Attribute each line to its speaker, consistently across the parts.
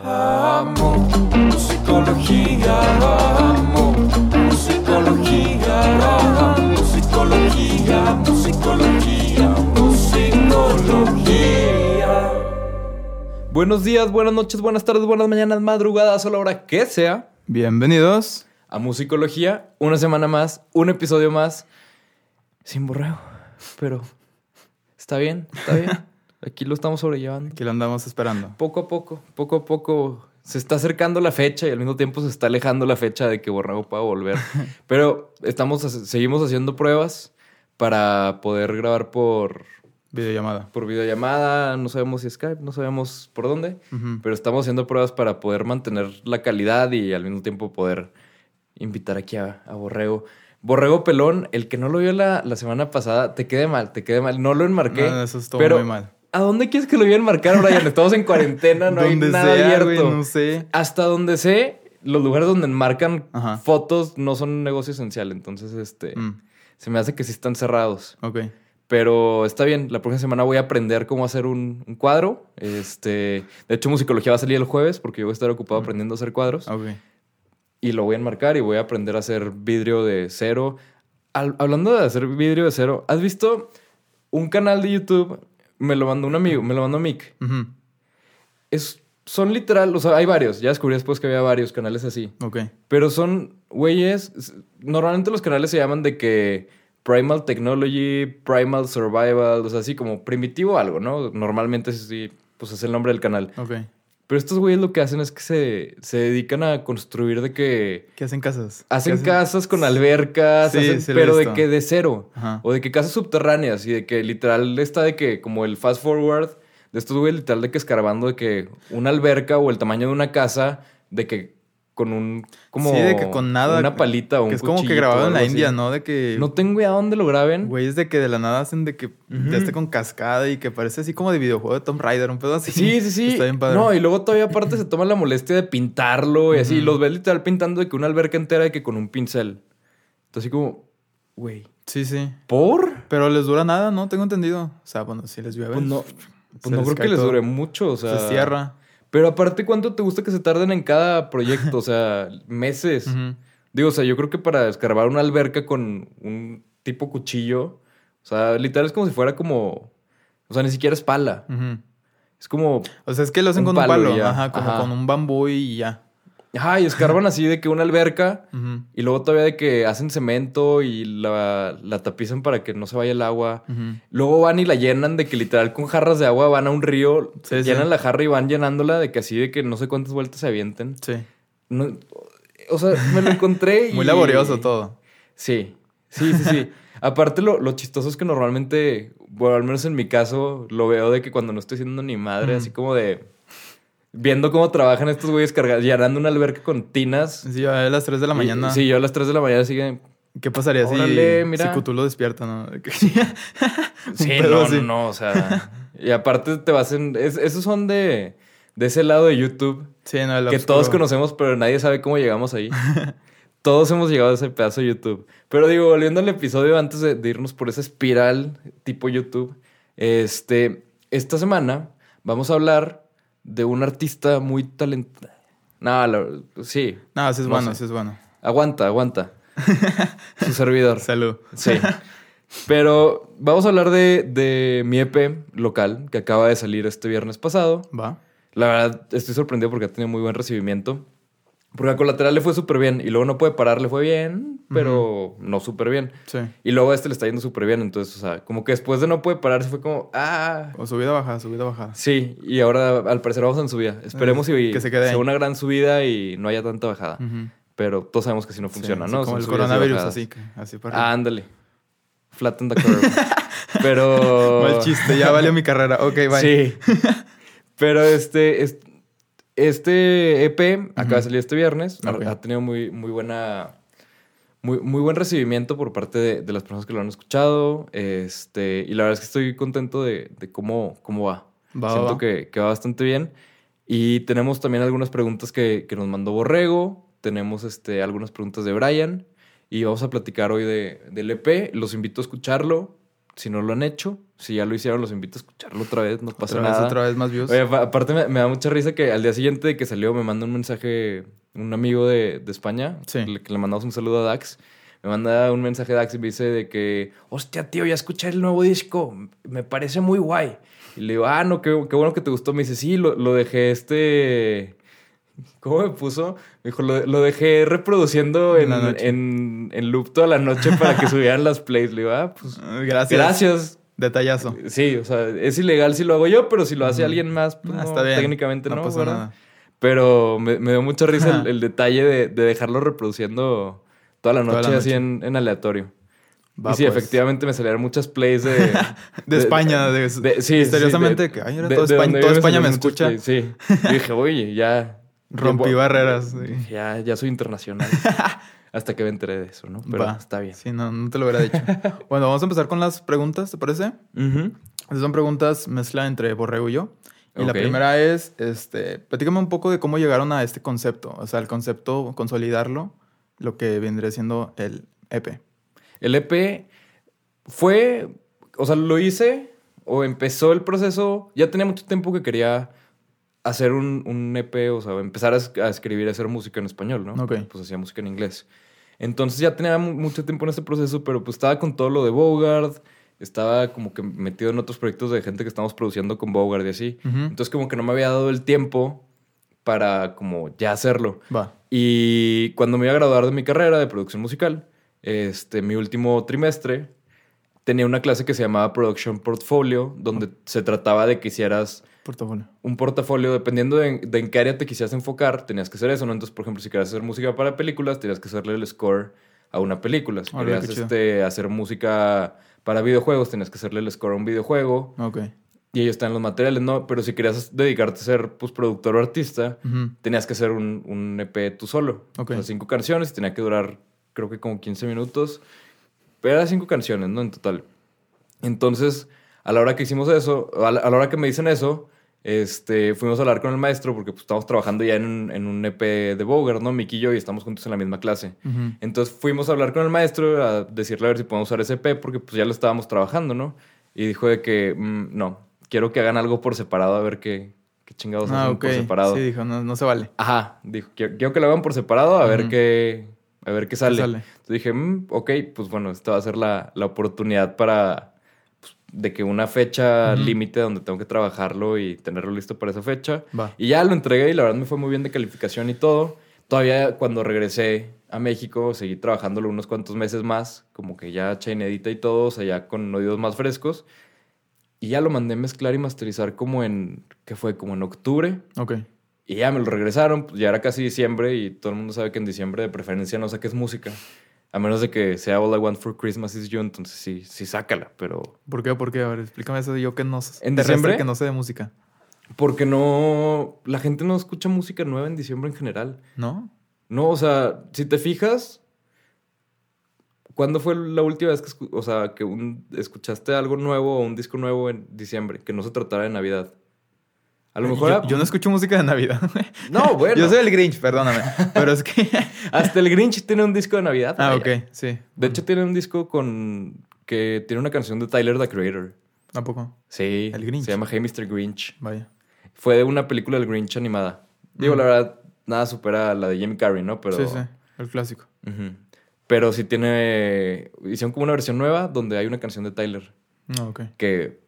Speaker 1: Amo musicología, amo musicología, amo musicología, musicología, musicología.
Speaker 2: Buenos días, buenas noches, buenas tardes, buenas mañanas, madrugadas o la hora que sea
Speaker 3: Bienvenidos.
Speaker 2: a Musicología. Una semana más, un episodio más. Sin borreo, pero está bien, está bien. Aquí lo estamos sobrellevando.
Speaker 3: Aquí lo andamos esperando.
Speaker 2: Poco a poco, poco a poco se está acercando la fecha y al mismo tiempo se está alejando la fecha de que Borrego pueda volver. Pero estamos, seguimos haciendo pruebas para poder grabar por,
Speaker 3: Videollamada.
Speaker 2: por videollamada, no sabemos si Skype, no sabemos por dónde.
Speaker 3: Ujú.
Speaker 2: Pero estamos haciendo pruebas para poder mantener la calidad y al mismo tiempo poder invitar aquí a, a Borrego. Borrego Pelón, el que no lo vio la, la semana pasada, te quedé mal, te quedé mal. No lo enmarqué.
Speaker 3: No, eso estuvo
Speaker 2: pero
Speaker 3: muy mal.
Speaker 2: ¿A dónde quieres que lo vio enmarcar, Brian? Estamos en cuarentena, no hay
Speaker 3: Donde
Speaker 2: nada
Speaker 3: sea, güey,
Speaker 2: abierto.
Speaker 3: no sé.
Speaker 2: Hasta donde sé, los lugares donde enmarcan
Speaker 3: Ajá.
Speaker 2: fotos no son un negocio esencial. Entonces, este,
Speaker 3: Mm,
Speaker 2: se me hace que sí están cerrados.
Speaker 3: ok.
Speaker 2: Pero está bien, la próxima semana voy a aprender cómo hacer un, un cuadro. Este, de hecho, musicología va a salir el jueves porque yo voy a estar ocupado aprendiendo a hacer cuadros.
Speaker 3: Ok.
Speaker 2: Y lo voy a enmarcar y voy a aprender a hacer vidrio de cero. Al- hablando de hacer vidrio de cero, ¿has visto un canal de YouTube? Me lo mandó un amigo, me lo mandó Mick.
Speaker 3: Ujú,
Speaker 2: Es, son literal, o sea, hay varios. Ya descubrí después que había varios canales así.
Speaker 3: Ok.
Speaker 2: Pero son güeyes. s- Normalmente los canales se llaman de que Primal Technology, Primal Survival, o sea, así como primitivo algo, ¿no? Normalmente sí, pues es el nombre del canal.
Speaker 3: Ok.
Speaker 2: Pero estos güeyes lo que hacen es que se, se dedican a construir de que.
Speaker 3: ¿Qué hacen casas? ¿Qué
Speaker 2: Hacen casas con albercas,
Speaker 3: Sí,
Speaker 2: hacen-
Speaker 3: sí lo he
Speaker 2: pero de
Speaker 3: visto.
Speaker 2: que de cero.
Speaker 3: Ajá.
Speaker 2: O de que casas subterráneas y de que literal está de que como el fast forward de estos güeyes literal de que escarbando de que una alberca o el tamaño de una casa de que con un como
Speaker 3: Sí, de que con nada.
Speaker 2: una palita o un
Speaker 3: Que es como que
Speaker 2: cuchillo o
Speaker 3: grabado en la
Speaker 2: algo
Speaker 3: India,
Speaker 2: así.
Speaker 3: ¿no? De que.
Speaker 2: No tengo idea dónde lo graben.
Speaker 3: Güey, es de que de la nada hacen de que ya esté con cascada y que parece así como de videojuego de Tomb Raider, un pedo así.
Speaker 2: Sí, sí, sí.
Speaker 3: Está bien padre.
Speaker 2: No, y luego todavía aparte se toma la molestia de pintarlo y así. Los ves literal pintando de que una alberca entera de que con un pincel. Entonces así como, güey,
Speaker 3: Sí, sí.
Speaker 2: ¿por?
Speaker 3: Pero les dura nada, ¿no? Tengo entendido. O sea, bueno, si les llueve.
Speaker 2: Pues no,
Speaker 3: se
Speaker 2: pues no
Speaker 3: les
Speaker 2: creo
Speaker 3: cae
Speaker 2: que les
Speaker 3: todo.
Speaker 2: dure mucho, o sea.
Speaker 3: se cierra.
Speaker 2: Pero aparte, ¿cuánto te gusta que se tarden en cada proyecto? O sea, meses.
Speaker 3: Ujú.
Speaker 2: Digo, o sea, yo creo que para escarbar una alberca con un tipo cuchillo, o sea, literal es como si fuera como. O sea, ni siquiera es pala.
Speaker 3: Ujú.
Speaker 2: Es como.
Speaker 3: O sea, es que lo hacen
Speaker 2: Un
Speaker 3: con un
Speaker 2: palo y
Speaker 3: palo,
Speaker 2: ya.
Speaker 3: ajá, como
Speaker 2: Ajá.
Speaker 3: con un bambú y ya.
Speaker 2: Ay, escarban así de que una alberca
Speaker 3: Ujú,
Speaker 2: y luego todavía de que hacen cemento y la, la tapizan para que no se vaya el agua.
Speaker 3: ujú.
Speaker 2: Luego van y la llenan de que literal con jarras de agua van a un río,
Speaker 3: Sí,
Speaker 2: llenan
Speaker 3: sí.
Speaker 2: la jarra y van llenándola de que así de que no sé cuántas vueltas se avienten.
Speaker 3: Sí.
Speaker 2: No- o sea, me lo encontré y...
Speaker 3: Muy laborioso todo.
Speaker 2: Sí, sí, sí, sí. Aparte lo, lo chistoso es que normalmente, bueno, al menos en mi caso, lo veo de que cuando no estoy haciendo ni madre,
Speaker 3: Mm.
Speaker 2: así como de... Viendo cómo trabajan estos güeyes cargando, llenando una alberca con tinas.
Speaker 3: Sí, a las 3 de la
Speaker 2: Y-
Speaker 3: mañana.
Speaker 2: sí, yo a las 3 de la mañana siguen...
Speaker 3: ¿Qué pasaría si,
Speaker 2: Órale, mira.
Speaker 3: si Cthulhu despierta, no? Un
Speaker 2: Sí,
Speaker 3: pedo
Speaker 2: no,
Speaker 3: así.
Speaker 2: no, no, o sea. y aparte te vas en. es- esos son de. De ese lado de YouTube
Speaker 3: Sí, no, el
Speaker 2: que
Speaker 3: oscuro.
Speaker 2: todos conocemos, pero nadie sabe cómo llegamos ahí. todos hemos llegado a ese pedazo de YouTube. Pero digo, volviendo al episodio antes de, de irnos por esa espiral tipo YouTube, este, esta semana vamos a hablar de un artista muy talentoso. No, la- sí,
Speaker 3: No, sí es
Speaker 2: No
Speaker 3: bueno,
Speaker 2: sé.
Speaker 3: sí es bueno.
Speaker 2: aguanta, aguanta. Su servidor.
Speaker 3: Salud.
Speaker 2: Sí. Pero vamos a hablar de, de mi EP local que acaba de salir este viernes pasado.
Speaker 3: ¿Va?
Speaker 2: La verdad, estoy sorprendido porque ha tenido muy buen recibimiento. Porque a Colateral le fue súper bien y luego no puede parar, le fue bien, pero no súper bien.
Speaker 3: Sí.
Speaker 2: Y luego a este le está yendo súper bien. Entonces, o sea, como que después de no puede parar, se fue como, ah.
Speaker 3: O subida bajada, subida bajada.
Speaker 2: Sí, y ahora al parecer vamos en subida. Esperemos
Speaker 3: Eh,
Speaker 2: y
Speaker 3: que se quede
Speaker 2: sea
Speaker 3: ahí.
Speaker 2: una gran subida y no haya tanta bajada.
Speaker 3: Ujú.
Speaker 2: Pero todos sabemos que si no
Speaker 3: Sí,
Speaker 2: funciona,
Speaker 3: sí,
Speaker 2: ¿no?
Speaker 3: Como
Speaker 2: Son
Speaker 3: el
Speaker 2: subidas y
Speaker 3: coronavirus,
Speaker 2: bajadas.
Speaker 3: así que. Así para.
Speaker 2: Ah, ándale. Flatten the curve. Pero.
Speaker 3: Mal chiste, ya valió mi carrera. Ok, bye.
Speaker 2: Sí. Pero este. es- Este EP acaba de salir este viernes. Ha-
Speaker 3: Ok.
Speaker 2: Ha tenido muy, muy buena. Muy, muy buen recibimiento por parte de, de las personas que lo han escuchado. Este. Y la verdad es que estoy contento de, de cómo, cómo va.
Speaker 3: Va, va,
Speaker 2: Siento
Speaker 3: va.
Speaker 2: Que, que va bastante bien. Y tenemos también algunas preguntas que, que nos mandó Borrego. Tenemos este, algunas preguntas de Brian. E Y vamos a platicar hoy de, del EP. Los invito a escucharlo si no lo han hecho. Si ya lo hicieron, los invito a escucharlo otra vez, no pasa
Speaker 3: Otra vez,
Speaker 2: nada.
Speaker 3: otra vez más views.
Speaker 2: Oye, apa- aparte me, me da mucha risa que al día siguiente de que salió me manda un mensaje un amigo de, de España,
Speaker 3: Sí.
Speaker 2: le, que le mandamos un saludo a Dax. Me manda un mensaje a Dax y me dice de que, hostia, tío, ya escuché el nuevo disco, me parece muy guay. Y le digo, ah, no, qué, qué bueno que te gustó. Me dice, sí, lo, lo dejé este... ¿Cómo me puso? Me dijo, lo, lo dejé reproduciendo
Speaker 3: En
Speaker 2: en,
Speaker 3: la noche.
Speaker 2: en, en loop toda la noche para que subieran las plays. Le digo, ah, pues,
Speaker 3: Eh, Gracias.
Speaker 2: gracias.
Speaker 3: Detallazo.
Speaker 2: Sí, o sea, es ilegal si lo hago yo, pero si lo hace alguien más, pues,
Speaker 3: Ah,
Speaker 2: no,
Speaker 3: está bien.
Speaker 2: técnicamente no,
Speaker 3: pasa
Speaker 2: ¿verdad?
Speaker 3: nada.
Speaker 2: Pero me, me dio mucha risa el,
Speaker 3: Ajá.
Speaker 2: el detalle de, de dejarlo reproduciendo toda la noche,
Speaker 3: Toda la
Speaker 2: así
Speaker 3: noche.
Speaker 2: en, en aleatorio.
Speaker 3: Va,
Speaker 2: y sí,
Speaker 3: pues.
Speaker 2: efectivamente me salieron muchas plays de... de,
Speaker 3: De España, de-
Speaker 2: sí,
Speaker 3: misteriosamente que, ay, mira, todo España-
Speaker 2: donde
Speaker 3: todo
Speaker 2: vivo
Speaker 3: España me
Speaker 2: salieron muchas
Speaker 3: escucha.
Speaker 2: plays, Sí, Y dije, oye, ya...
Speaker 3: Rompí
Speaker 2: ya-
Speaker 3: barreras, sí.
Speaker 2: Ya, ya soy internacional. Hasta que me enteré de eso, ¿no? Pero
Speaker 3: Va.
Speaker 2: está bien.
Speaker 3: Sí, no, no te lo hubiera dicho. bueno, vamos a empezar con las preguntas, ¿te parece?
Speaker 2: Ujú.
Speaker 3: Estas son preguntas mezcla entre Borrego y yo. Y la
Speaker 2: Ok.
Speaker 3: primera es, este, platícame un poco de cómo llegaron a este concepto. O sea, el concepto, consolidarlo, lo que vendría siendo el E EP.
Speaker 2: El EP fue, o sea, lo hice o empezó el proceso. Ya tenía mucho tiempo que quería hacer un, un EP, o sea, empezar a, es- a escribir, a hacer música en español, ¿no?
Speaker 3: Ok.
Speaker 2: Pues hacía música en inglés. Entonces ya tenía mu- mucho tiempo en este proceso, pero pues estaba con todo lo de Bogart, estaba como que metido en otros proyectos de gente que estamos produciendo con Bogart y así.
Speaker 3: Ujú.
Speaker 2: Entonces como que no me había dado el tiempo para como ya hacerlo.
Speaker 3: Va.
Speaker 2: Y cuando me iba a graduar de mi carrera de producción musical, este, mi último trimestre, tenía una clase que se llamaba Production Portfolio, donde se trataba de que hicieras
Speaker 3: Portafolio.
Speaker 2: un portafolio, dependiendo de, de en qué área te quisieras enfocar, tenías que hacer eso, ¿no? Entonces, por ejemplo, si querías hacer música para películas, tenías que hacerle el score a una película. Si
Speaker 3: Órale,
Speaker 2: querías
Speaker 3: Ah, qué chido.
Speaker 2: este, hacer música para videojuegos, tenías que hacerle el score a un videojuego.
Speaker 3: Ok.
Speaker 2: Y ellos están los materiales, ¿no? Pero si querías dedicarte a ser pues, productor o artista,
Speaker 3: Ujú.
Speaker 2: tenías que hacer un, un EP tú solo.
Speaker 3: Ok.
Speaker 2: O sea, cinco canciones y tenía que durar, creo que como 15 minutos. Pero eran cinco canciones, ¿no? En total. Entonces, a la hora que hicimos eso, a la, a la hora que me dicen eso, este, fuimos a hablar con el maestro porque pues, estamos trabajando ya en, un- en un EP de Bogart, ¿no? Miki y yo, y estamos juntos en la misma clase.
Speaker 3: Ujú.
Speaker 2: Entonces fuimos a hablar con el maestro a decirle a ver si podemos usar ese EP porque pues ya lo estábamos trabajando, ¿no? Y dijo de que "Mm, no, quiero que hagan algo por separado a ver qué, qué chingados
Speaker 3: Ah,
Speaker 2: hacen
Speaker 3: ok.
Speaker 2: por separado.
Speaker 3: Sí, dijo, no, no se vale.
Speaker 2: Ajá, dijo, quiero, quiero que lo hagan por separado a ver
Speaker 3: Ujú.
Speaker 2: qué a ver qué sale.
Speaker 3: sale?
Speaker 2: Entonces dije, "Mm, ok, pues bueno, esta va a ser la, la oportunidad para pues, de que una fecha
Speaker 3: Ujú.
Speaker 2: límite donde tengo que trabajarlo y tenerlo listo para esa fecha.
Speaker 3: Va.
Speaker 2: Y ya lo entregué y la verdad me fue muy bien de calificación y todo. Todavía cuando regresé a México seguí trabajándolo unos cuantos meses más, como que ya chainedita y todo, o sea, ya con oídos más frescos. Y ya lo mandé a mezclar y masterizar como en, ¿qué fue? Como en octubre.
Speaker 3: Ok.
Speaker 2: Y ya me lo regresaron, pues ya era casi diciembre y todo el mundo sabe que en diciembre de preferencia no saques música. A menos de que sea All I Want for Christmas is You, entonces sí, sí sácala, pero...
Speaker 3: ¿Por qué? ¿Por qué? A ver, explícame eso. Yo que no sé.
Speaker 2: ¿En
Speaker 3: terrestre
Speaker 2: diciembre?
Speaker 3: que no sé de música.
Speaker 2: Porque no... La gente no escucha música nueva en diciembre en general.
Speaker 3: ¿No?
Speaker 2: No, o sea, si te fijas, ¿cuándo fue la última vez que, escu- o sea, que un- escuchaste algo nuevo o un disco nuevo en diciembre que no se tratara de Navidad? A lo mejor...
Speaker 3: Yo, yo no escucho música de Navidad.
Speaker 2: No, bueno.
Speaker 3: Yo soy el Grinch, perdóname. pero es que.
Speaker 2: Hasta el Grinch tiene un disco de Navidad.
Speaker 3: ah,
Speaker 2: vaya.
Speaker 3: ok. Sí.
Speaker 2: De hecho, tiene un disco con. que tiene una canción de Tyler the Creator.
Speaker 3: Tampoco.
Speaker 2: Sí.
Speaker 3: El Grinch.
Speaker 2: Se llama Hey Mr. Grinch.
Speaker 3: Vaya.
Speaker 2: Fue de una película del Grinch animada. Digo,
Speaker 3: Ujú.
Speaker 2: la verdad, nada supera la de Jim Carrey, ¿no? Pero.
Speaker 3: Sí, sí. El clásico.
Speaker 2: Ujú. Pero sí tiene. Hicieron como una versión nueva donde hay una canción de Tyler
Speaker 3: No, ok.
Speaker 2: que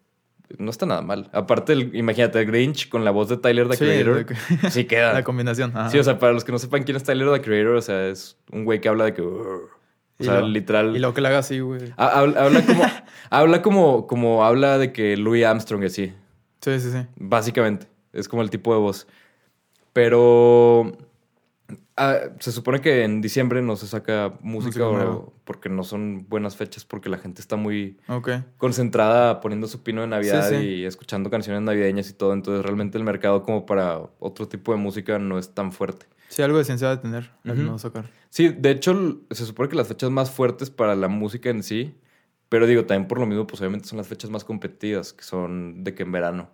Speaker 2: no está nada mal. Aparte, el- imagínate, el Grinch con la voz de Tyler the
Speaker 3: Sí,
Speaker 2: Creator.
Speaker 3: de que-
Speaker 2: Sí queda.
Speaker 3: La combinación. ajá.
Speaker 2: Sí, o sea, para los que no sepan quién es Tyler the Creator, o sea, es un güey que habla de que. "Urgh". O
Speaker 3: Y
Speaker 2: sea,
Speaker 3: lo-
Speaker 2: literal.
Speaker 3: Y lo que la haga así, güey.
Speaker 2: Ha- Habla, habla como, habla como, como habla de que Louis Armstrong y así,
Speaker 3: Sí, sí, sí.
Speaker 2: básicamente. Es como el tipo de voz. Pero ah, se supone que en diciembre no se saca música,
Speaker 3: Música
Speaker 2: o-
Speaker 3: nueva.
Speaker 2: porque no son buenas fechas, porque la gente está muy
Speaker 3: Ok.
Speaker 2: concentrada poniendo su pino de Navidad
Speaker 3: Sí, sí.
Speaker 2: y escuchando canciones navideñas y todo. Entonces realmente el mercado como para otro tipo de música no es tan fuerte.
Speaker 3: Sí, algo de ciencia de tener. al
Speaker 2: Ujú.
Speaker 3: no sacar.
Speaker 2: Sí, de hecho, l- se supone que las fechas más fuertes para la música en sí, pero digo, también por lo mismo, pues obviamente son las fechas más competidas, que son de que en verano.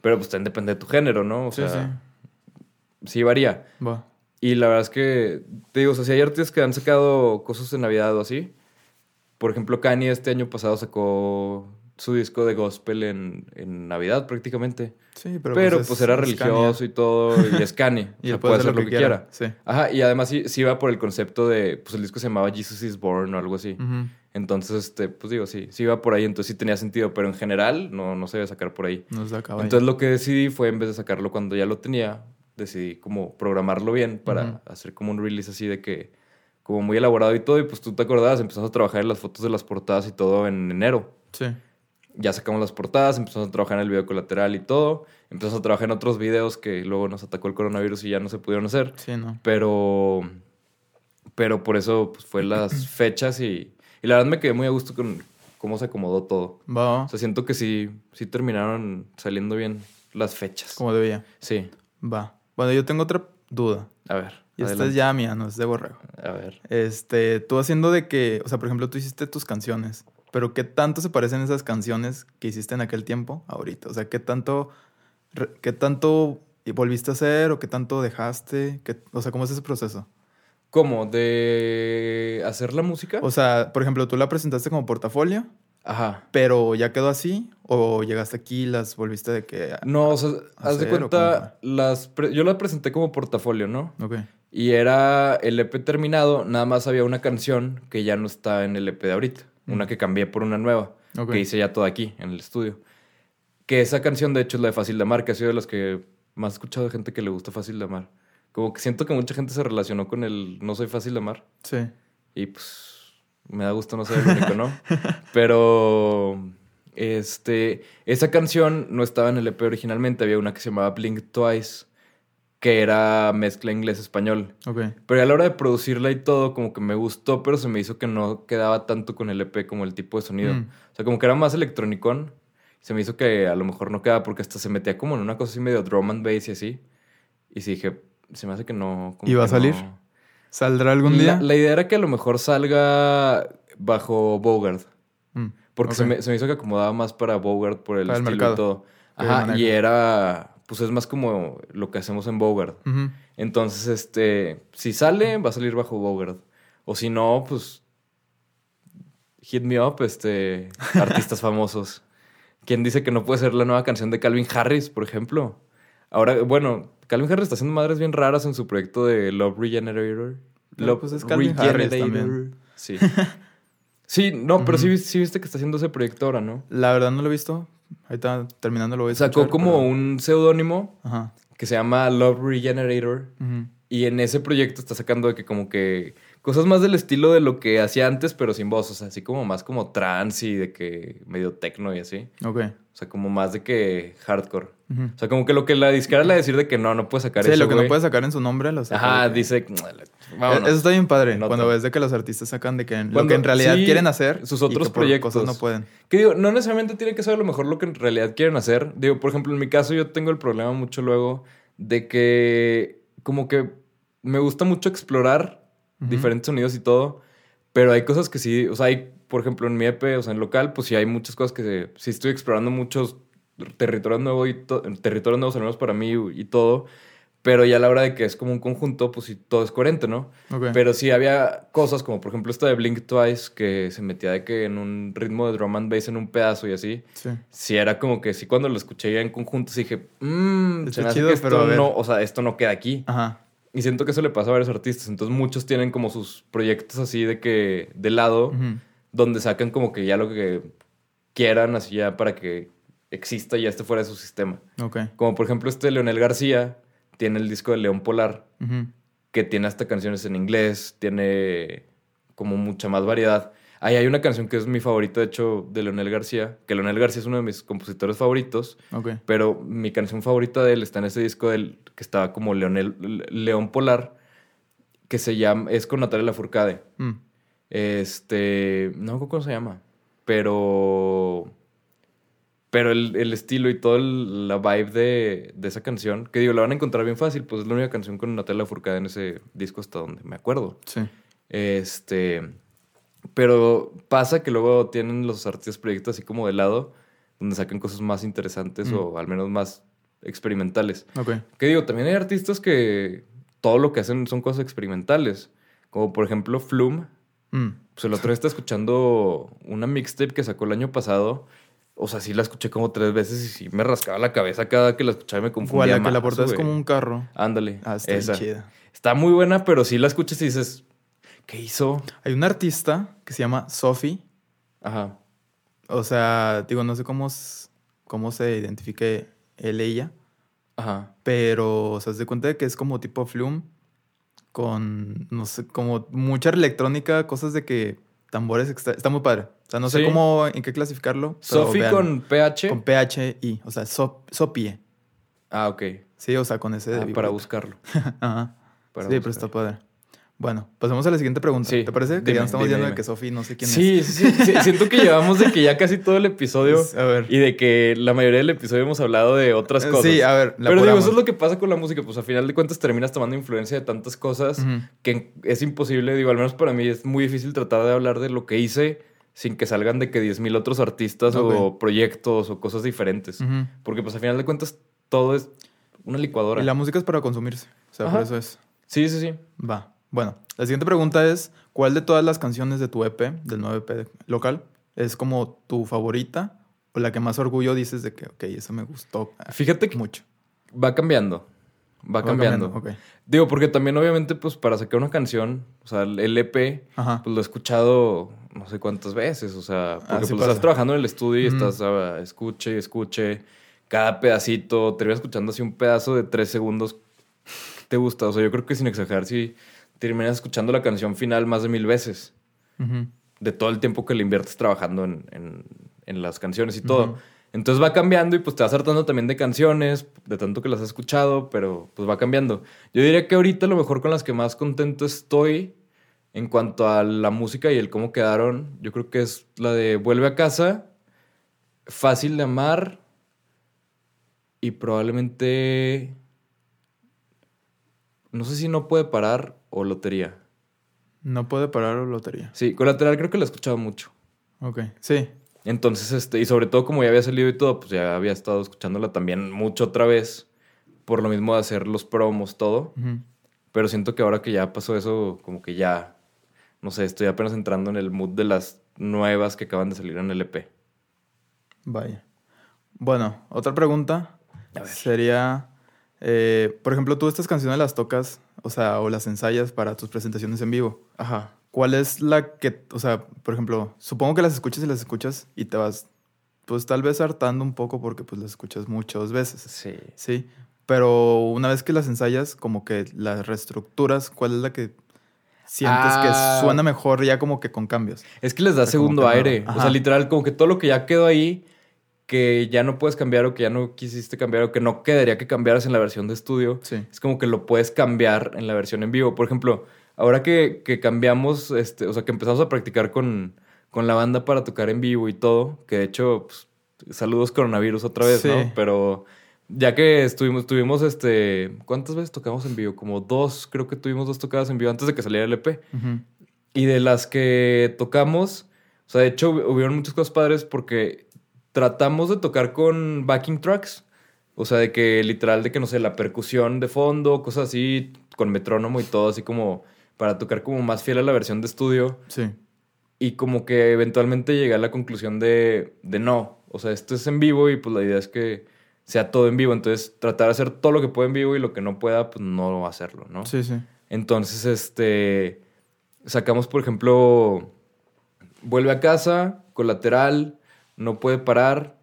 Speaker 2: Pero pues también depende de tu género, ¿no? O
Speaker 3: sí,
Speaker 2: sea, sí. varía.
Speaker 3: sí. Va.
Speaker 2: Y la verdad es que, te digo, o sea, si hay artistas que han sacado cosas de Navidad o así, por ejemplo, Kanye este año pasado sacó su disco de gospel en, en Navidad prácticamente.
Speaker 3: Sí, pero,
Speaker 2: Pero, pues,
Speaker 3: es
Speaker 2: era
Speaker 3: Scania.
Speaker 2: religioso y todo, y es Kanye. o
Speaker 3: Y
Speaker 2: sea,
Speaker 3: él
Speaker 2: puede hacer lo que, quiera.
Speaker 3: Sí.
Speaker 2: Ajá, y además sí, sí iba por el concepto de, pues el disco se llamaba Jesus is Born o algo así.
Speaker 3: Ujú.
Speaker 2: Entonces, este, pues digo, sí, sí iba por ahí, entonces sí tenía sentido, pero en general no, no se iba a sacar por ahí.
Speaker 3: No es la cabaña.
Speaker 2: Entonces lo que decidí fue, en vez de sacarlo cuando ya lo tenía, decidí como programarlo bien para
Speaker 3: Ujú.
Speaker 2: hacer como un release así de que, como muy elaborado y todo, y pues tú te acordabas, empezamos a trabajar en las fotos de las portadas y todo en enero.
Speaker 3: Sí.
Speaker 2: Ya sacamos las portadas, empezamos a trabajar en el video colateral y todo, empezamos a trabajar en otros videos que luego nos atacó el coronavirus y ya no se pudieron hacer.
Speaker 3: Sí, no.
Speaker 2: Pero. Pero por eso pues, fue las fechas y. Y la verdad me quedé muy a gusto con cómo se acomodó todo.
Speaker 3: Va,
Speaker 2: O sea, siento que sí, sí terminaron saliendo bien las fechas.
Speaker 3: como debía.
Speaker 2: Sí.
Speaker 3: Va. Bueno, yo tengo otra duda.
Speaker 2: A ver.
Speaker 3: Y esta es
Speaker 2: adelante.
Speaker 3: ya mía, no es de borrego.
Speaker 2: A ver.
Speaker 3: Este, tú haciendo de que, o sea, por ejemplo, tú hiciste tus canciones, pero ¿qué tanto se parecen esas canciones que hiciste en aquel tiempo a ahorita? O sea, ¿qué tanto, re- qué tanto volviste a hacer o qué tanto dejaste? ¿Qué- o sea, ¿cómo es ese proceso?
Speaker 2: ¿Cómo? ¿De hacer la música?
Speaker 3: O sea, por ejemplo, tú la presentaste como portafolio,
Speaker 2: Ajá.
Speaker 3: pero ya quedó así o llegaste aquí y las volviste de que...
Speaker 2: No, o sea, haz de
Speaker 3: ¿Hacer o
Speaker 2: cuenta, las pre- yo la presenté como portafolio, ¿no?
Speaker 3: Ok,
Speaker 2: Y era el EP terminado, nada más había una canción que ya no está en el EP de ahorita, una que cambié por una nueva,
Speaker 3: Ok.
Speaker 2: que hice ya toda aquí, en el estudio. Que esa canción, de hecho, es la de Fácil de Amar, que ha sido de las que más he escuchado de gente que le gusta Fácil de Amar. Como que siento que mucha gente se relacionó con el No soy fácil de amar,
Speaker 3: sí.
Speaker 2: y pues me da gusto no ser el único, ¿no? Pero este, esa canción no estaba en el EP originalmente, había una que se llamaba Blink Twice, que era mezcla inglés-español.
Speaker 3: Ok,
Speaker 2: Pero a la hora de producirla y todo, como que me gustó, pero se me hizo que no quedaba tanto con el EP como el tipo de sonido.
Speaker 3: Mm.
Speaker 2: O sea, como que era más electronicón. Se me hizo que a lo mejor no quedaba porque hasta se metía como en una cosa así medio drum and bass y así. Y sí dije, se me hace que no. como
Speaker 3: ¿Y va
Speaker 2: que
Speaker 3: a salir?
Speaker 2: no.
Speaker 3: ¿Saldrá algún
Speaker 2: La-
Speaker 3: día?
Speaker 2: La, idea era que a lo mejor salga bajo Bogart.
Speaker 3: Mm,
Speaker 2: Porque se,
Speaker 3: ok.
Speaker 2: me, se me hizo que acomodaba más para Bogart por el
Speaker 3: Para el
Speaker 2: estilo
Speaker 3: mercado
Speaker 2: y todo.
Speaker 3: que
Speaker 2: Ajá,
Speaker 3: maneja.
Speaker 2: y era. Pues es más como lo que hacemos en Bogart.
Speaker 3: Ujú.
Speaker 2: Entonces, este, si sale, va a salir bajo Bogart. O si no, pues hit me up, este, artistas famosos. ¿Quién dice que no puede ser la nueva canción de Calvin Harris, por ejemplo? Ahora, bueno, Calvin Harris está haciendo madres bien raras en su proyecto de Love Regenerator.
Speaker 3: No,
Speaker 2: Love
Speaker 3: pues es Calvin Harris también.
Speaker 2: Sí. Sí, no, pero sí, vi- sí viste que está haciendo ese proyecto ahora, ¿no?
Speaker 3: La verdad no lo he visto. Ahorita terminando lo voy a
Speaker 2: Sacó
Speaker 3: escuchar,
Speaker 2: como
Speaker 3: Pues, pero-
Speaker 2: un seudónimo
Speaker 3: Ajá.
Speaker 2: que se llama Love Regenerator.
Speaker 3: Ujú.
Speaker 2: Y en ese proyecto está sacando de que como que cosas más del estilo de lo que hacía antes, pero sin voz. O sea, así como más como trance y de que medio tecno y así.
Speaker 3: Ok.
Speaker 2: O sea, como más de que hardcore.
Speaker 3: Ujú.
Speaker 2: O sea, como que lo que la discara le decir de que no, no puede sacar
Speaker 3: Sí,
Speaker 2: eso,
Speaker 3: lo que no
Speaker 2: güey.
Speaker 3: puede sacar en su nombre lo saca.
Speaker 2: Ajá,
Speaker 3: de que-
Speaker 2: dice...
Speaker 3: Eh, Eso está bien padre.
Speaker 2: Nota.
Speaker 3: Cuando ves de que los artistas sacan de que lo
Speaker 2: Cuando-
Speaker 3: que en realidad
Speaker 2: sí,
Speaker 3: quieren hacer.
Speaker 2: sus
Speaker 3: y
Speaker 2: otros
Speaker 3: que por
Speaker 2: proyectos.
Speaker 3: Cosas no pueden.
Speaker 2: Que digo, no necesariamente tiene que ser a lo mejor lo que en realidad quieren hacer. Digo, por ejemplo, en mi caso yo tengo el problema mucho luego de que como que me gusta mucho explorar
Speaker 3: Ujú.
Speaker 2: diferentes sonidos y todo, pero hay cosas que sí, o sea, hay, por ejemplo, en mi EP, o sea, en local, pues sí hay muchas cosas que se- sí estoy explorando muchos territorios nuevos y to- territorios nuevos al menos para mí y todo, pero ya a la hora de que es como un conjunto, pues sí todo es coherente, ¿no?
Speaker 3: Ok.
Speaker 2: Pero sí había cosas como, por ejemplo, esta de Blink Twice que se metía de que en un ritmo de drum and bass en un pedazo y así.
Speaker 3: Sí.
Speaker 2: Sí, era como que sí, cuando lo escuché ya en conjunto, sí dije, mmm,
Speaker 3: Está
Speaker 2: se me hace
Speaker 3: chido,
Speaker 2: que
Speaker 3: pero a
Speaker 2: esto
Speaker 3: ver".
Speaker 2: no, o sea, esto no queda aquí.
Speaker 3: Ajá.
Speaker 2: Y siento que eso le pasa a varios artistas. Entonces, muchos tienen como sus proyectos así de que, de lado,
Speaker 3: Ujú.
Speaker 2: donde sacan como que ya lo que quieran, así ya para que exista y ya esté fuera de su sistema.
Speaker 3: Ok.
Speaker 2: Como por ejemplo, este Leonel García tiene el disco de León Polar
Speaker 3: Ujú.
Speaker 2: que tiene hasta canciones en inglés, tiene como mucha más variedad. Ahí hay una canción que es mi favorita, de hecho, de Leonel García, que Leonel García es uno de mis compositores favoritos,
Speaker 3: Ok.
Speaker 2: pero mi canción favorita de él está en ese disco del, que estaba como Leonel, Le- León Polar, que se llama, es con Natalia Lafourcade.
Speaker 3: Mm.
Speaker 2: Este, no me acuerdo cómo se llama, pero... Pero el, el estilo y toda la vibe de, de esa canción, que digo, la van a encontrar bien fácil, pues es la única canción con Natalia Furcada en ese disco hasta donde me acuerdo.
Speaker 3: Sí.
Speaker 2: Este, pero pasa que luego tienen los artistas proyectos así como de lado, donde sacan cosas más interesantes
Speaker 3: Mm.
Speaker 2: o al menos más experimentales.
Speaker 3: Ok.
Speaker 2: Que digo, también hay artistas que todo lo que hacen son cosas experimentales, como por ejemplo Flume,
Speaker 3: Mm.
Speaker 2: pues el otro día estaba escuchando una mixtape que sacó el año pasado o sea, sí la escuché como tres veces y sí me rascaba la cabeza cada que la escuchaba y me confundía.
Speaker 3: ¿Cuál? La que
Speaker 2: más,
Speaker 3: la portada es
Speaker 2: güey.
Speaker 3: como un carro.
Speaker 2: Ándale.
Speaker 3: Ah, está bien
Speaker 2: esa.
Speaker 3: chida.
Speaker 2: Está muy buena, pero sí la escuchas y dices, ¿qué hizo?
Speaker 3: Hay una artista que se llama Sophie.
Speaker 2: Ajá.
Speaker 3: O sea, digo, no sé cómo, s- cómo se identifique él, ella.
Speaker 2: Ajá.
Speaker 3: Pero, o sea, se cuenta de que es como tipo Flume. Con, no sé, como mucha electrónica, cosas de que tambores extra- Está muy padre. O sea, no sé
Speaker 2: Sí.
Speaker 3: cómo, en qué clasificarlo. pero
Speaker 2: Sophie
Speaker 3: véanlo.
Speaker 2: con PH.
Speaker 3: Con PHI. O sea, so- Sopie.
Speaker 2: Ah, ok.
Speaker 3: Sí, o sea, con ese.
Speaker 2: Ah,
Speaker 3: de
Speaker 2: para
Speaker 3: bigote.
Speaker 2: buscarlo.
Speaker 3: Ajá.
Speaker 2: Para
Speaker 3: sí,
Speaker 2: buscar.
Speaker 3: pero está padre. Bueno, pasemos a la siguiente pregunta.
Speaker 2: Sí,
Speaker 3: ¿Te parece? que
Speaker 2: dime,
Speaker 3: ya nos estamos
Speaker 2: dime,
Speaker 3: yendo de
Speaker 2: dime.
Speaker 3: que Sofi no sé quién
Speaker 2: Sí, sí, sí, siento que llevamos de que ya casi todo el episodio
Speaker 3: es. A ver.
Speaker 2: y de que la mayoría del episodio hemos hablado de otras
Speaker 3: Eh,
Speaker 2: cosas.
Speaker 3: Sí, a ver.
Speaker 2: Pero digo, eso es lo que pasa con la música, pues a final de cuentas terminas tomando influencia de tantas cosas que es imposible, digo, al menos para mí es muy difícil tratar de hablar de lo que hice sin que salgan de que 10.000 otros artistas o
Speaker 3: Ok.
Speaker 2: proyectos o cosas diferentes. Porque pues a final de cuentas todo es una licuadora.
Speaker 3: Y la música es para consumirse. O sea, por
Speaker 2: Ajá.
Speaker 3: eso es.
Speaker 2: Sí, sí, sí.
Speaker 3: Va. Bueno, la siguiente pregunta es: ¿Cuál de todas las canciones de tu EP, del nuevo EP de- local, es como tu favorita o la que más orgullo dices de que, ok, esa me gustó ah,
Speaker 2: Fíjate que
Speaker 3: mucho?
Speaker 2: va cambiando. Va cambiando.
Speaker 3: Ok.
Speaker 2: Digo, porque también obviamente pues para sacar una canción, o sea, el EP,
Speaker 3: Ajá.
Speaker 2: pues lo he escuchado no sé cuántas veces, o sea, porque
Speaker 3: Así
Speaker 2: pues,
Speaker 3: Ah, pasa.
Speaker 2: estás trabajando en el estudio y
Speaker 3: Ujú.
Speaker 2: estás, ah, escuche, escuche, cada pedacito, te iba escuchando así un pedazo de tres segundos, te gusta, o sea, yo creo que sin exagerar, si terminas escuchando la canción final más de mil veces,
Speaker 3: Ujú.
Speaker 2: de todo el tiempo que le inviertes trabajando en, en- en las canciones y todo.
Speaker 3: Ujú.
Speaker 2: Entonces va cambiando y pues te vas hartando también de canciones, de tanto que las has escuchado, pero pues va cambiando. Yo diría que ahorita a lo mejor con las que más contento estoy en cuanto a la música y el cómo quedaron, yo creo que es la de Vuelve a casa, Fácil de amar y probablemente... No sé si no puede parar o lotería.
Speaker 3: No puede parar o lotería.
Speaker 2: Sí, colateral creo que la he escuchado mucho.
Speaker 3: Ok. Sí.
Speaker 2: Entonces, este, y sobre todo como ya había salido y todo, pues ya había estado escuchándola también mucho otra vez, por lo mismo de hacer los promos, todo.
Speaker 3: Ujú.
Speaker 2: Pero siento que ahora que ya pasó eso, como que ya, no sé, estoy apenas entrando en el mood de las nuevas que acaban de salir en el E EP.
Speaker 3: Vaya. Bueno, otra pregunta
Speaker 2: A ver.
Speaker 3: sería, eh, por ejemplo, tú estas canciones las tocas, o sea, o las ensayas para tus presentaciones en vivo.
Speaker 2: Ajá.
Speaker 3: ¿Cuál es la que, o sea, por ejemplo, supongo que las escuchas y las escuchas y te vas, pues tal vez hartando un poco porque pues las escuchas muchas veces,
Speaker 2: Sí.
Speaker 3: ¿sí? Pero una vez que las ensayas, como que las reestructuras, ¿cuál es la que sientes
Speaker 2: Ah.
Speaker 3: que suena mejor ya como que con cambios?
Speaker 2: Es que les da
Speaker 3: O sea, como
Speaker 2: segundo
Speaker 3: que no-
Speaker 2: aire. O
Speaker 3: Ajá.
Speaker 2: sea, literal, como que todo lo que ya quedó ahí, que ya no puedes cambiar o que ya no quisiste cambiar o que no quedaría que cambiaras en la versión de estudio,
Speaker 3: Sí.
Speaker 2: es como que lo puedes cambiar en la versión en vivo. Por ejemplo, ahora que, que cambiamos, este, o sea, que empezamos a practicar con, con la banda para tocar en vivo y todo, que de hecho, pues, saludos coronavirus otra vez,
Speaker 3: Sí.
Speaker 2: ¿no? Pero ya que estuvimos, tuvimos este, ¿cuántas veces tocamos en vivo? Como dos, creo que tuvimos dos tocadas en vivo antes de que saliera el E EP.
Speaker 3: Ujú.
Speaker 2: Y de las que tocamos, o sea, de hecho hub- hubieron muchas cosas padres porque tratamos de tocar con backing tracks. O sea, de que literal, de que no sé, la percusión de fondo, cosas así, con metrónomo y todo, así como para tocar como más fiel a la versión de estudio.
Speaker 3: Sí.
Speaker 2: Y como que eventualmente llegué a la conclusión de, de no. O sea, esto es en vivo y pues la idea es que sea todo en vivo. Entonces, tratar de hacer todo lo que pueda en vivo y lo que no pueda, pues no hacerlo, ¿no?
Speaker 3: Sí, sí.
Speaker 2: Entonces, este. Sacamos, por ejemplo. Vuelve a casa, colateral, no puede parar,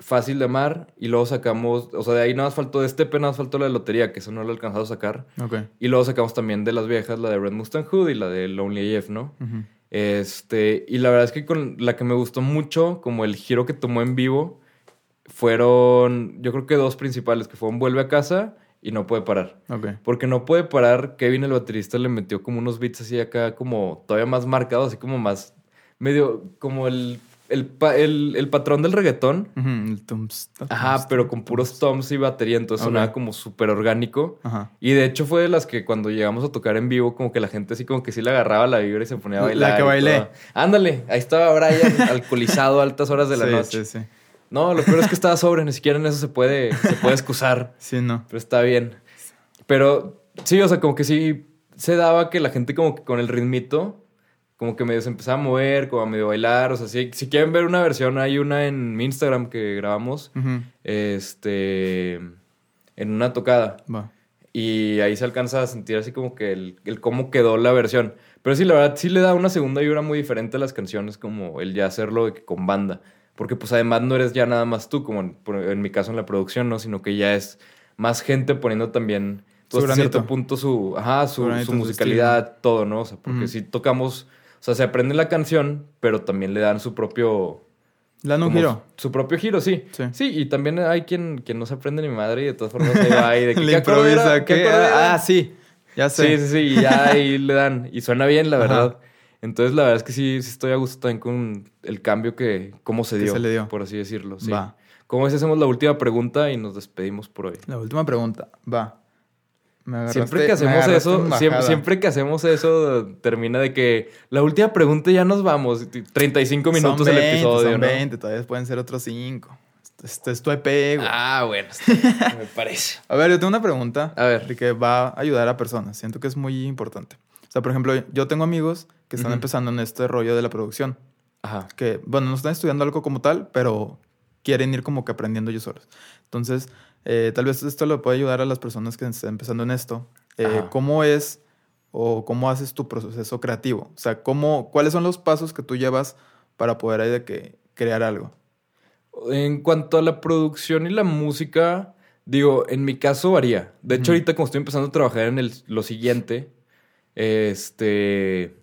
Speaker 2: fácil de amar. Y luego sacamos. O sea, de ahí nada más faltó de este nada más faltó la de lotería, que eso no lo he alcanzado a sacar.
Speaker 3: Ok.
Speaker 2: Y luego sacamos también de las viejas, la de Red Mustang Hood y la de Lonely AF, ¿no?
Speaker 3: Ujú.
Speaker 2: Este, y la verdad es que con la que me gustó mucho, como el giro que tomó en vivo, fueron, yo creo que dos principales, que fueron Vuelve a casa y No puede parar.
Speaker 3: Ok.
Speaker 2: Porque no puede parar. Kevin, el baterista, le metió como unos beats así acá, como todavía más marcados, así como más. medio. como el. el, pa- el, el patrón del reggaetón.
Speaker 3: Ujú, el tums, ta-
Speaker 2: Ajá,
Speaker 3: tums,
Speaker 2: pero
Speaker 3: tum,
Speaker 2: con
Speaker 3: tum.
Speaker 2: puros toms y batería, entonces
Speaker 3: Ok.
Speaker 2: sonaba como súper orgánico.
Speaker 3: Ajá.
Speaker 2: Y de hecho fue de las que cuando llegamos a tocar en vivo, como que la gente así como que sí le agarraba la vibra y se ponía a
Speaker 3: La
Speaker 2: bailar.
Speaker 3: que
Speaker 2: y
Speaker 3: bailé.
Speaker 2: todo. Ándale, ahí estaba Brian alcoholizado a altas horas de la
Speaker 3: sí,
Speaker 2: noche.
Speaker 3: Sí, sí.
Speaker 2: No, lo peor es que estaba sobre, ni siquiera en eso se puede, se puede excusar.
Speaker 3: Sí, no.
Speaker 2: Pero está bien. Pero sí, o sea, como que sí se daba que la gente como que con el ritmito como que medio se empezaba a mover, como a medio bailar. O sea, si, si quieren ver una versión, hay una en mi Instagram que grabamos,
Speaker 3: Ujú,
Speaker 2: este, en una tocada.
Speaker 3: Va.
Speaker 2: Y ahí se alcanza a sentir así como que el, el cómo quedó la versión. Pero sí, la verdad, sí le da una segunda vibra muy diferente a las canciones, como el ya hacerlo de que con banda. Porque pues además no eres ya nada más tú, como en, por- en mi caso en la producción, ¿no? Sino que ya es más gente poniendo también,
Speaker 3: Su
Speaker 2: pues, hasta
Speaker 3: granito.
Speaker 2: cierto punto, su, ajá, su,
Speaker 3: Su granito,
Speaker 2: su
Speaker 3: su
Speaker 2: musicalidad, todo, ¿no? O sea, porque
Speaker 3: Ujú.
Speaker 2: si tocamos, o sea, se aprende la canción, pero también le dan su propio...
Speaker 3: Le dan un
Speaker 2: como
Speaker 3: giro.
Speaker 2: Su propio giro, sí.
Speaker 3: Sí.
Speaker 2: sí. y también hay quien, quien no se aprende ni madre y de todas formas ahí va y de que
Speaker 3: Le
Speaker 2: ¿qué acorde era?
Speaker 3: improvisa.
Speaker 2: ¿Qué
Speaker 3: ¿qué?
Speaker 2: acorde era?
Speaker 3: Ah, ah, sí. Ya
Speaker 2: Sí,
Speaker 3: sé.
Speaker 2: sí, sí, y ya ahí le dan. Y suena bien, la
Speaker 3: Ajá.
Speaker 2: verdad. Entonces, la verdad es que sí, sí estoy a gusto también con el cambio que, cómo se
Speaker 3: Que
Speaker 2: dio,
Speaker 3: se le dio.
Speaker 2: por así decirlo. Sí.
Speaker 3: Va.
Speaker 2: Como es, hacemos la última pregunta y nos despedimos por hoy.
Speaker 3: La última pregunta. Va. Me agarraste-
Speaker 2: Siempre que
Speaker 3: me
Speaker 2: hacemos
Speaker 3: agarraste
Speaker 2: eso,
Speaker 3: en
Speaker 2: siem-
Speaker 3: bajada.
Speaker 2: siempre, que hacemos eso, termina de que la última pregunta y ya nos vamos. 35 minutos
Speaker 3: son
Speaker 2: el
Speaker 3: 20,
Speaker 2: episodio,
Speaker 3: Son
Speaker 2: ¿no?
Speaker 3: 20, todavía pueden ser otros 5. Este es tu EP, güey.
Speaker 2: Ah, bueno, está bien, me parece.
Speaker 3: A ver, yo tengo una pregunta.
Speaker 2: A ver.
Speaker 3: de Que va a ayudar a personas. Siento que es muy importante. O sea, por ejemplo, yo tengo amigos que están
Speaker 2: Ujú.
Speaker 3: empezando en este rollo de la producción.
Speaker 2: Ajá.
Speaker 3: Que, bueno, no están estudiando algo como tal, pero quieren ir como que aprendiendo ellos solos. Entonces, eh, tal vez esto le puede ayudar a las personas que están empezando en esto. Eh,
Speaker 2: Ajá.
Speaker 3: ¿Cómo es o cómo haces tu proceso creativo? O sea, ¿cómo, ¿cuáles son los pasos que tú llevas para poder ahí de que crear algo?
Speaker 2: En cuanto a la producción y la música, digo, en mi caso varía. De hecho,
Speaker 3: Ujú.
Speaker 2: ahorita como estoy empezando a trabajar en el- lo siguiente, este...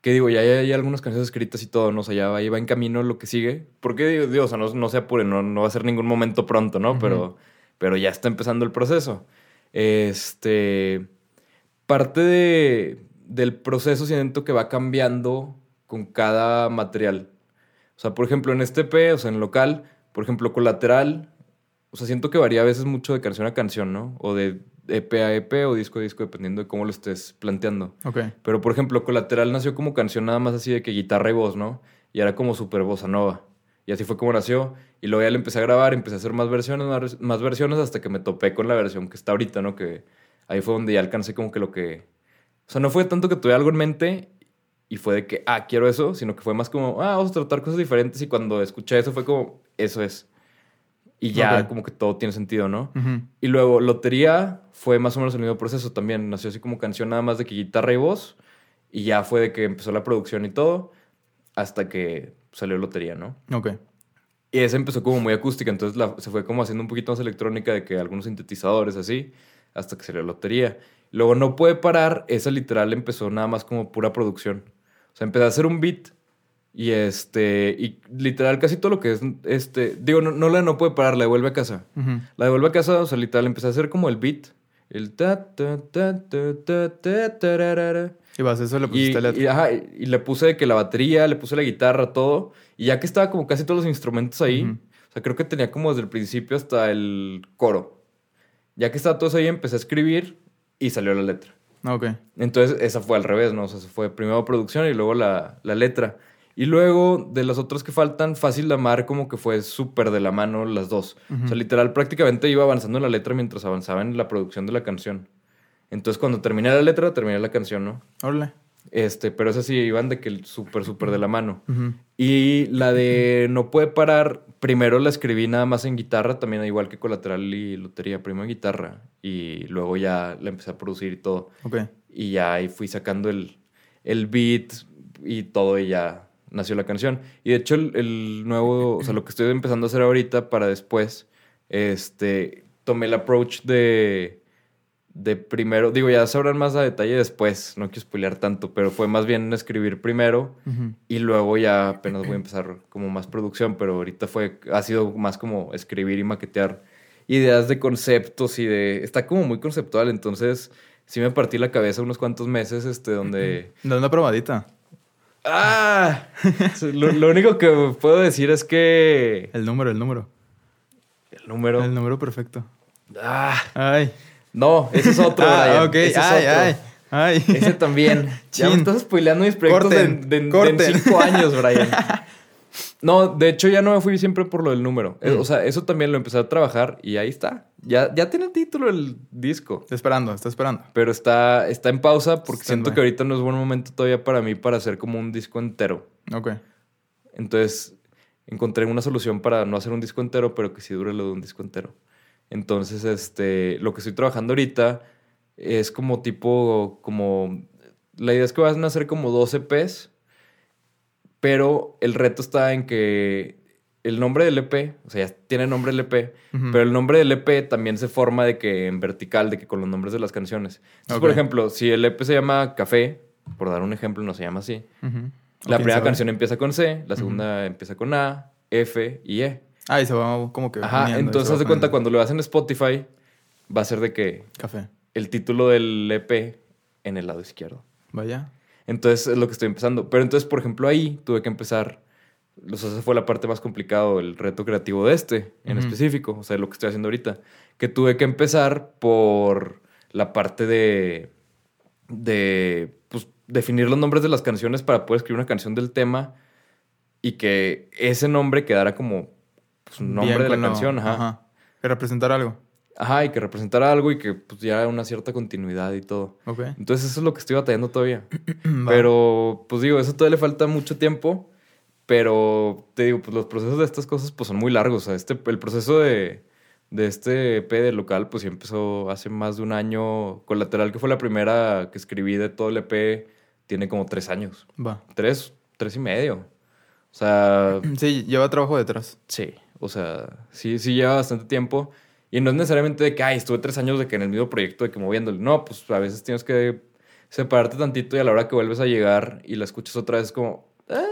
Speaker 2: Que digo, ya hay, hay algunas canciones escritas y todo, ¿no? O sea, ya va, ahí va en camino lo que sigue. Porque, digo, digo, o sea, no, no se apure, no, no va a ser ningún momento pronto, ¿no?
Speaker 3: Ujú.
Speaker 2: pero, pero ya está empezando el proceso. Este... Parte de, del proceso siento que va cambiando con cada material. O sea, por ejemplo, en este P, o sea, en local, por ejemplo, colateral, o sea, siento que varía a veces mucho de canción a canción, ¿no? O de EP a EP o disco a disco, dependiendo de cómo lo estés planteando.
Speaker 3: Ok.
Speaker 2: Pero, por ejemplo, colateral nació como canción nada más así de que guitarra y voz, ¿no? Y era como super bossa nova. Y así fue como nació. Y luego ya le empecé a grabar, empecé a hacer más versiones, más, más versiones, hasta que me topé con la versión que está ahorita, ¿no? Que ahí fue donde ya alcancé como que lo que... O sea, no fue tanto que tuve algo en mente y fue de que, ah, quiero eso, sino que fue más como, ah, vamos a tratar cosas diferentes. Y cuando escuché eso fue como, eso es. Y ya
Speaker 3: Ok.
Speaker 2: como que todo tiene sentido, ¿no?
Speaker 3: Ujú.
Speaker 2: Y luego Lotería fue más o menos el mismo proceso también. Nació así como canción nada más de que guitarra y voz. Y ya fue de que empezó la producción y todo. Hasta que salió Lotería, ¿no?
Speaker 3: Ok.
Speaker 2: Y esa empezó como muy acústica. Entonces la- se fue como haciendo un poquito más electrónica de que algunos sintetizadores así. Hasta que salió Lotería. Luego No Puede Parar. Esa literal empezó nada más como pura producción. O sea, empecé a hacer un beat. Y este... Y literal casi todo lo que es... este Digo, no, no la de No Puede Parar. La de Vuelve a Casa.
Speaker 3: Ujú.
Speaker 2: La de Vuelve a Casa, o sea, literal, empecé a hacer como el beat. El ta, ta, ta, ta, ta, ta, tararara.
Speaker 3: Y vas, eso le pusiste
Speaker 2: Y,
Speaker 3: letra.
Speaker 2: y, ajá, y- y le puse de que la batería, le puse la guitarra, todo. Y ya que estaba como casi todos los instrumentos ahí,
Speaker 3: Ujú.
Speaker 2: o sea, creo que tenía como desde el principio hasta el coro. Ya que estaba todo eso ahí, empecé a escribir y salió la letra.
Speaker 3: Ok.
Speaker 2: Entonces, esa fue al revés, ¿no? O sea, fue primero producción y luego la, la letra. Y luego, de las otras que faltan, Fácil de Amar como que fue súper de la mano las dos. O
Speaker 3: Ujú.
Speaker 2: sea, literal, prácticamente iba avanzando en la letra mientras avanzaba en la producción de la canción. Entonces, cuando terminé la letra, terminé la canción, ¿no?
Speaker 3: Órale.
Speaker 2: Este, pero esas sí iban de que súper, súper de la mano.
Speaker 3: Ujú.
Speaker 2: Y la de No Puede Parar, primero la escribí nada más en guitarra, también igual que colateral y lotería, primero en guitarra. Y luego ya la empecé a producir y todo.
Speaker 3: Ok.
Speaker 2: Y ya ahí fui sacando el, el beat y todo y ya nació la canción. Y de hecho el, el nuevo, o sea, lo que estoy empezando a hacer ahorita para después, este, tomé el approach de, de primero, digo, ya sabrán más a detalle después, no quiero spoilear tanto, pero fue más bien escribir primero
Speaker 3: Ujú.
Speaker 2: y luego ya apenas voy a empezar como más producción, pero ahorita fue, ha sido más como escribir y maquetear ideas de conceptos y de, está como muy conceptual, entonces sí me partí la cabeza unos cuantos meses, este, donde...
Speaker 3: Da una probadita.
Speaker 2: ¡Ah! Lo, lo único que puedo decir es que...
Speaker 3: El número, el número.
Speaker 2: El número...
Speaker 3: El número perfecto.
Speaker 2: ¡Ah!
Speaker 3: Ay.
Speaker 2: No, ese es otro,
Speaker 3: ah,
Speaker 2: Brian,
Speaker 3: ok.
Speaker 2: ese es
Speaker 3: ay,
Speaker 2: otro.
Speaker 3: ay, ay.
Speaker 2: Ese también. ya me
Speaker 3: Chin.
Speaker 2: estás spoileando mis proyectos
Speaker 3: Corten,
Speaker 2: de, de- de en
Speaker 3: corten.
Speaker 2: cinco años, Brian. No, de hecho ya no me fui siempre por lo del número. Eh,
Speaker 3: Mm.
Speaker 2: O sea, eso también lo empecé a trabajar y ahí está. Ya, ya tiene título el disco.
Speaker 3: Está esperando, está esperando.
Speaker 2: Pero está, está en pausa porque
Speaker 3: Stand
Speaker 2: siento
Speaker 3: by.
Speaker 2: que ahorita no es buen momento todavía para mí para hacer como un disco entero.
Speaker 3: Ok.
Speaker 2: Entonces encontré una solución para no hacer un disco entero, pero que sí dure lo de un disco entero. Entonces, este, lo que estoy trabajando ahorita es como tipo, como, la idea es que van a hacer como 12 EPs, pero el reto está en que el nombre del EP, o sea, ya tiene nombre el EP,
Speaker 3: Ujú.
Speaker 2: pero el nombre del EP también se forma de que en vertical, de que con los nombres de las canciones. Entonces, por
Speaker 3: Ok.
Speaker 2: ejemplo, si el EP se llama Café, por dar un ejemplo, no se llama así. La
Speaker 3: Ujú. ¿Quién
Speaker 2: primera
Speaker 3: sabe?
Speaker 2: canción empieza con C, la segunda empieza con A, F y E.
Speaker 3: Ah, y se va como que.
Speaker 2: Ajá,
Speaker 3: uniendo, y se
Speaker 2: entonces
Speaker 3: va
Speaker 2: haz de cuenta
Speaker 3: poniendo.
Speaker 2: cuando lo hacen en Spotify, va a ser de que
Speaker 3: Café.
Speaker 2: el título del EP en el lado izquierdo.
Speaker 3: Vaya.
Speaker 2: Entonces es lo que estoy empezando. Pero entonces, por ejemplo, ahí tuve que empezar. O sea, esa fue la parte más complicada, el reto creativo de este en
Speaker 3: Ujú.
Speaker 2: específico, o sea, lo que estoy haciendo ahorita. Que tuve que empezar por la parte de. de. pues definir los nombres de las canciones para poder escribir una canción del tema y que ese nombre quedara como pues, un nombre
Speaker 3: Bien
Speaker 2: de la
Speaker 3: con lo-
Speaker 2: canción, ajá. ajá.
Speaker 3: Que representar algo.
Speaker 2: y que representara algo y que pues, ya una cierta continuidad y todo.
Speaker 3: Ok.
Speaker 2: Entonces, eso es lo que estoy batallando todavía.
Speaker 3: Va.
Speaker 2: Pero, pues digo, eso todavía le falta mucho tiempo. Pero te digo, pues los procesos de estas cosas pues son muy largos. O sea, este, el proceso de, de este EP de local, pues sí empezó hace más de un año. Colateral, que fue la primera que escribí de todo el EP, tiene como tres años.
Speaker 3: Va.
Speaker 2: Tres, tres y medio. O sea,
Speaker 3: Sí, lleva trabajo detrás.
Speaker 2: sí. O sea, sí, sí lleva bastante tiempo. Y no es necesariamente de que, ay, estuve tres años de que en el mismo proyecto, de que moviéndole. No, pues a veces tienes que separarte tantito y a la hora que vuelves a llegar y la escuchas otra vez como, ah,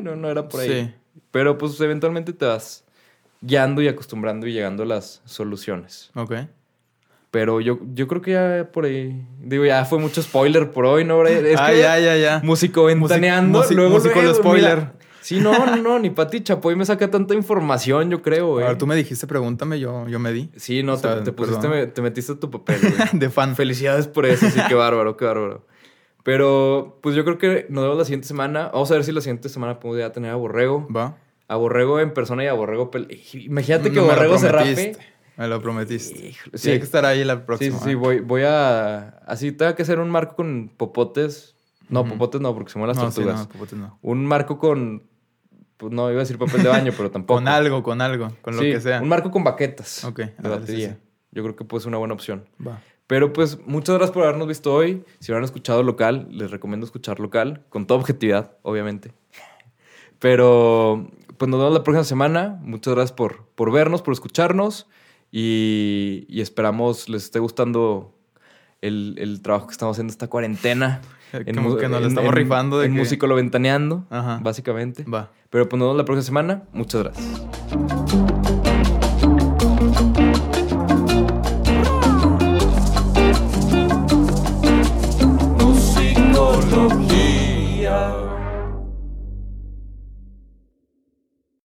Speaker 2: no, no era por ahí.
Speaker 3: Sí.
Speaker 2: Pero pues eventualmente te vas guiando y acostumbrando y llegando a las soluciones.
Speaker 3: Ok.
Speaker 2: Pero yo, yo creo que ya por ahí, digo, ya fue mucho spoiler por hoy, ¿no? Brian? Es
Speaker 3: ah,
Speaker 2: que
Speaker 3: ya, ya, ya.
Speaker 2: Músico ventaneando,
Speaker 3: musi-
Speaker 2: luego
Speaker 3: músico
Speaker 2: luego,
Speaker 3: el spoiler.
Speaker 2: mira. Sí, no, no, no, ni Pati Chapoy me saca tanta información, yo creo,
Speaker 3: A
Speaker 2: güey.
Speaker 3: ver, tú me dijiste, pregúntame, yo, yo me di.
Speaker 2: Sí, no,
Speaker 3: O sea,
Speaker 2: te, te pusiste,
Speaker 3: perdón.
Speaker 2: te metiste a tu papel, güey.
Speaker 3: De fan.
Speaker 2: Felicidades por eso, sí, qué bárbaro, qué bárbaro. Pero, pues yo creo que nos vemos la siguiente semana. Vamos a ver si la siguiente semana podemos ya tener a Borrego.
Speaker 3: Va.
Speaker 2: A Borrego en persona y a Borrego... pel- Imagínate que
Speaker 3: No me lo
Speaker 2: Borrego se rape.
Speaker 3: prometiste. Me lo prometiste.
Speaker 2: Híjole,
Speaker 3: Sí.
Speaker 2: sí.
Speaker 3: Tiene que estar ¿eh? ahí la
Speaker 2: Sí, sí,
Speaker 3: próxima.
Speaker 2: sí, voy, voy a... Así tengo que hacer un marco con popotes. No,
Speaker 3: Ujú.
Speaker 2: popotes no, porque se mueven las
Speaker 3: no, sí,
Speaker 2: tortugas.
Speaker 3: no, popotes no.
Speaker 2: Un marco con... Pues no, iba a decir papel de baño, pero tampoco.
Speaker 3: Con algo, con algo, con lo
Speaker 2: Sí,
Speaker 3: que sea.
Speaker 2: Un marco con baquetas.
Speaker 3: Ok,
Speaker 2: De
Speaker 3: ándale, sí,
Speaker 2: batería.
Speaker 3: sí.
Speaker 2: Yo creo que puede ser una buena opción.
Speaker 3: Va.
Speaker 2: Pero pues muchas gracias por habernos visto hoy. Si no han escuchado local, les recomiendo escuchar local, con toda objetividad, obviamente. Pero pues nos vemos la próxima semana. Muchas gracias por, por vernos, por escucharnos y, y esperamos les esté gustando el, el trabajo que estamos haciendo esta cuarentena.
Speaker 3: Eh, como
Speaker 2: mu-
Speaker 3: que nos la estamos rifando de
Speaker 2: en
Speaker 3: que-
Speaker 2: músico lo ventaneando,
Speaker 3: Ajá.
Speaker 2: básicamente.
Speaker 3: Va.
Speaker 2: Pero pues nos vemos la próxima semana. Muchas gracias.